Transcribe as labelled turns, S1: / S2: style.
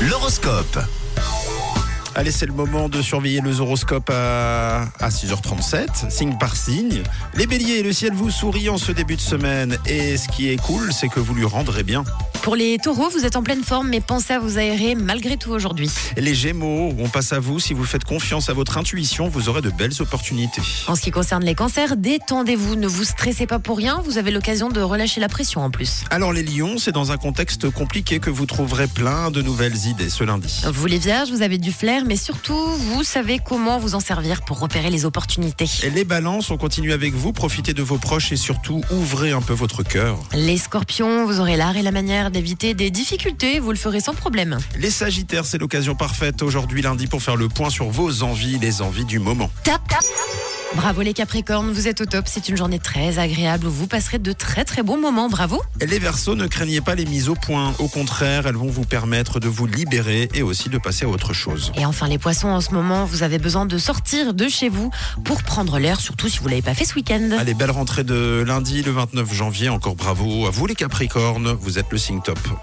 S1: l'horoscope.
S2: Allez, c'est le moment de surveiller le horoscope à, à 6h37, signe par signe. Les béliers, le ciel vous sourit en ce début de semaine. Et ce qui est cool, c'est que vous lui rendrez bien.
S3: Pour les taureaux, vous êtes en pleine forme, mais pensez à vous aérer malgré tout aujourd'hui.
S2: Les gémeaux, on passe à vous. Si vous faites confiance à votre intuition, vous aurez de belles opportunités.
S3: En ce qui concerne les cancers, détendez-vous, ne vous stressez pas pour rien, vous avez l'occasion de relâcher la pression en plus.
S2: Alors les lions, c'est dans un contexte compliqué que vous trouverez plein de nouvelles idées ce lundi.
S3: Vous les vierges, vous avez du flair, mais surtout, vous savez comment vous en servir pour repérer les opportunités.
S2: Et les balances, on continue avec vous. Profitez de vos proches et surtout, ouvrez un peu votre cœur.
S3: Les scorpions, vous aurez l'art et la manière d'éviter des difficultés, vous le ferez sans problème.
S2: Les sagittaires, c'est l'occasion parfaite aujourd'hui lundi pour faire le point sur vos envies, les envies du moment.
S3: Tap, tap. Bravo les capricornes, vous êtes au top, c'est une journée très agréable où vous passerez de très très bons moments, bravo.
S2: Et les versos, ne craignez pas les mises au point. Au contraire, elles vont vous permettre de vous libérer et aussi de passer à autre chose.
S3: Et enfin les poissons, en ce moment, vous avez besoin de sortir de chez vous pour prendre l'air, surtout si vous l'avez pas fait ce week-end.
S2: Allez, belle rentrée de lundi, le 29 janvier. Encore bravo à vous les capricornes, vous êtes le signe top.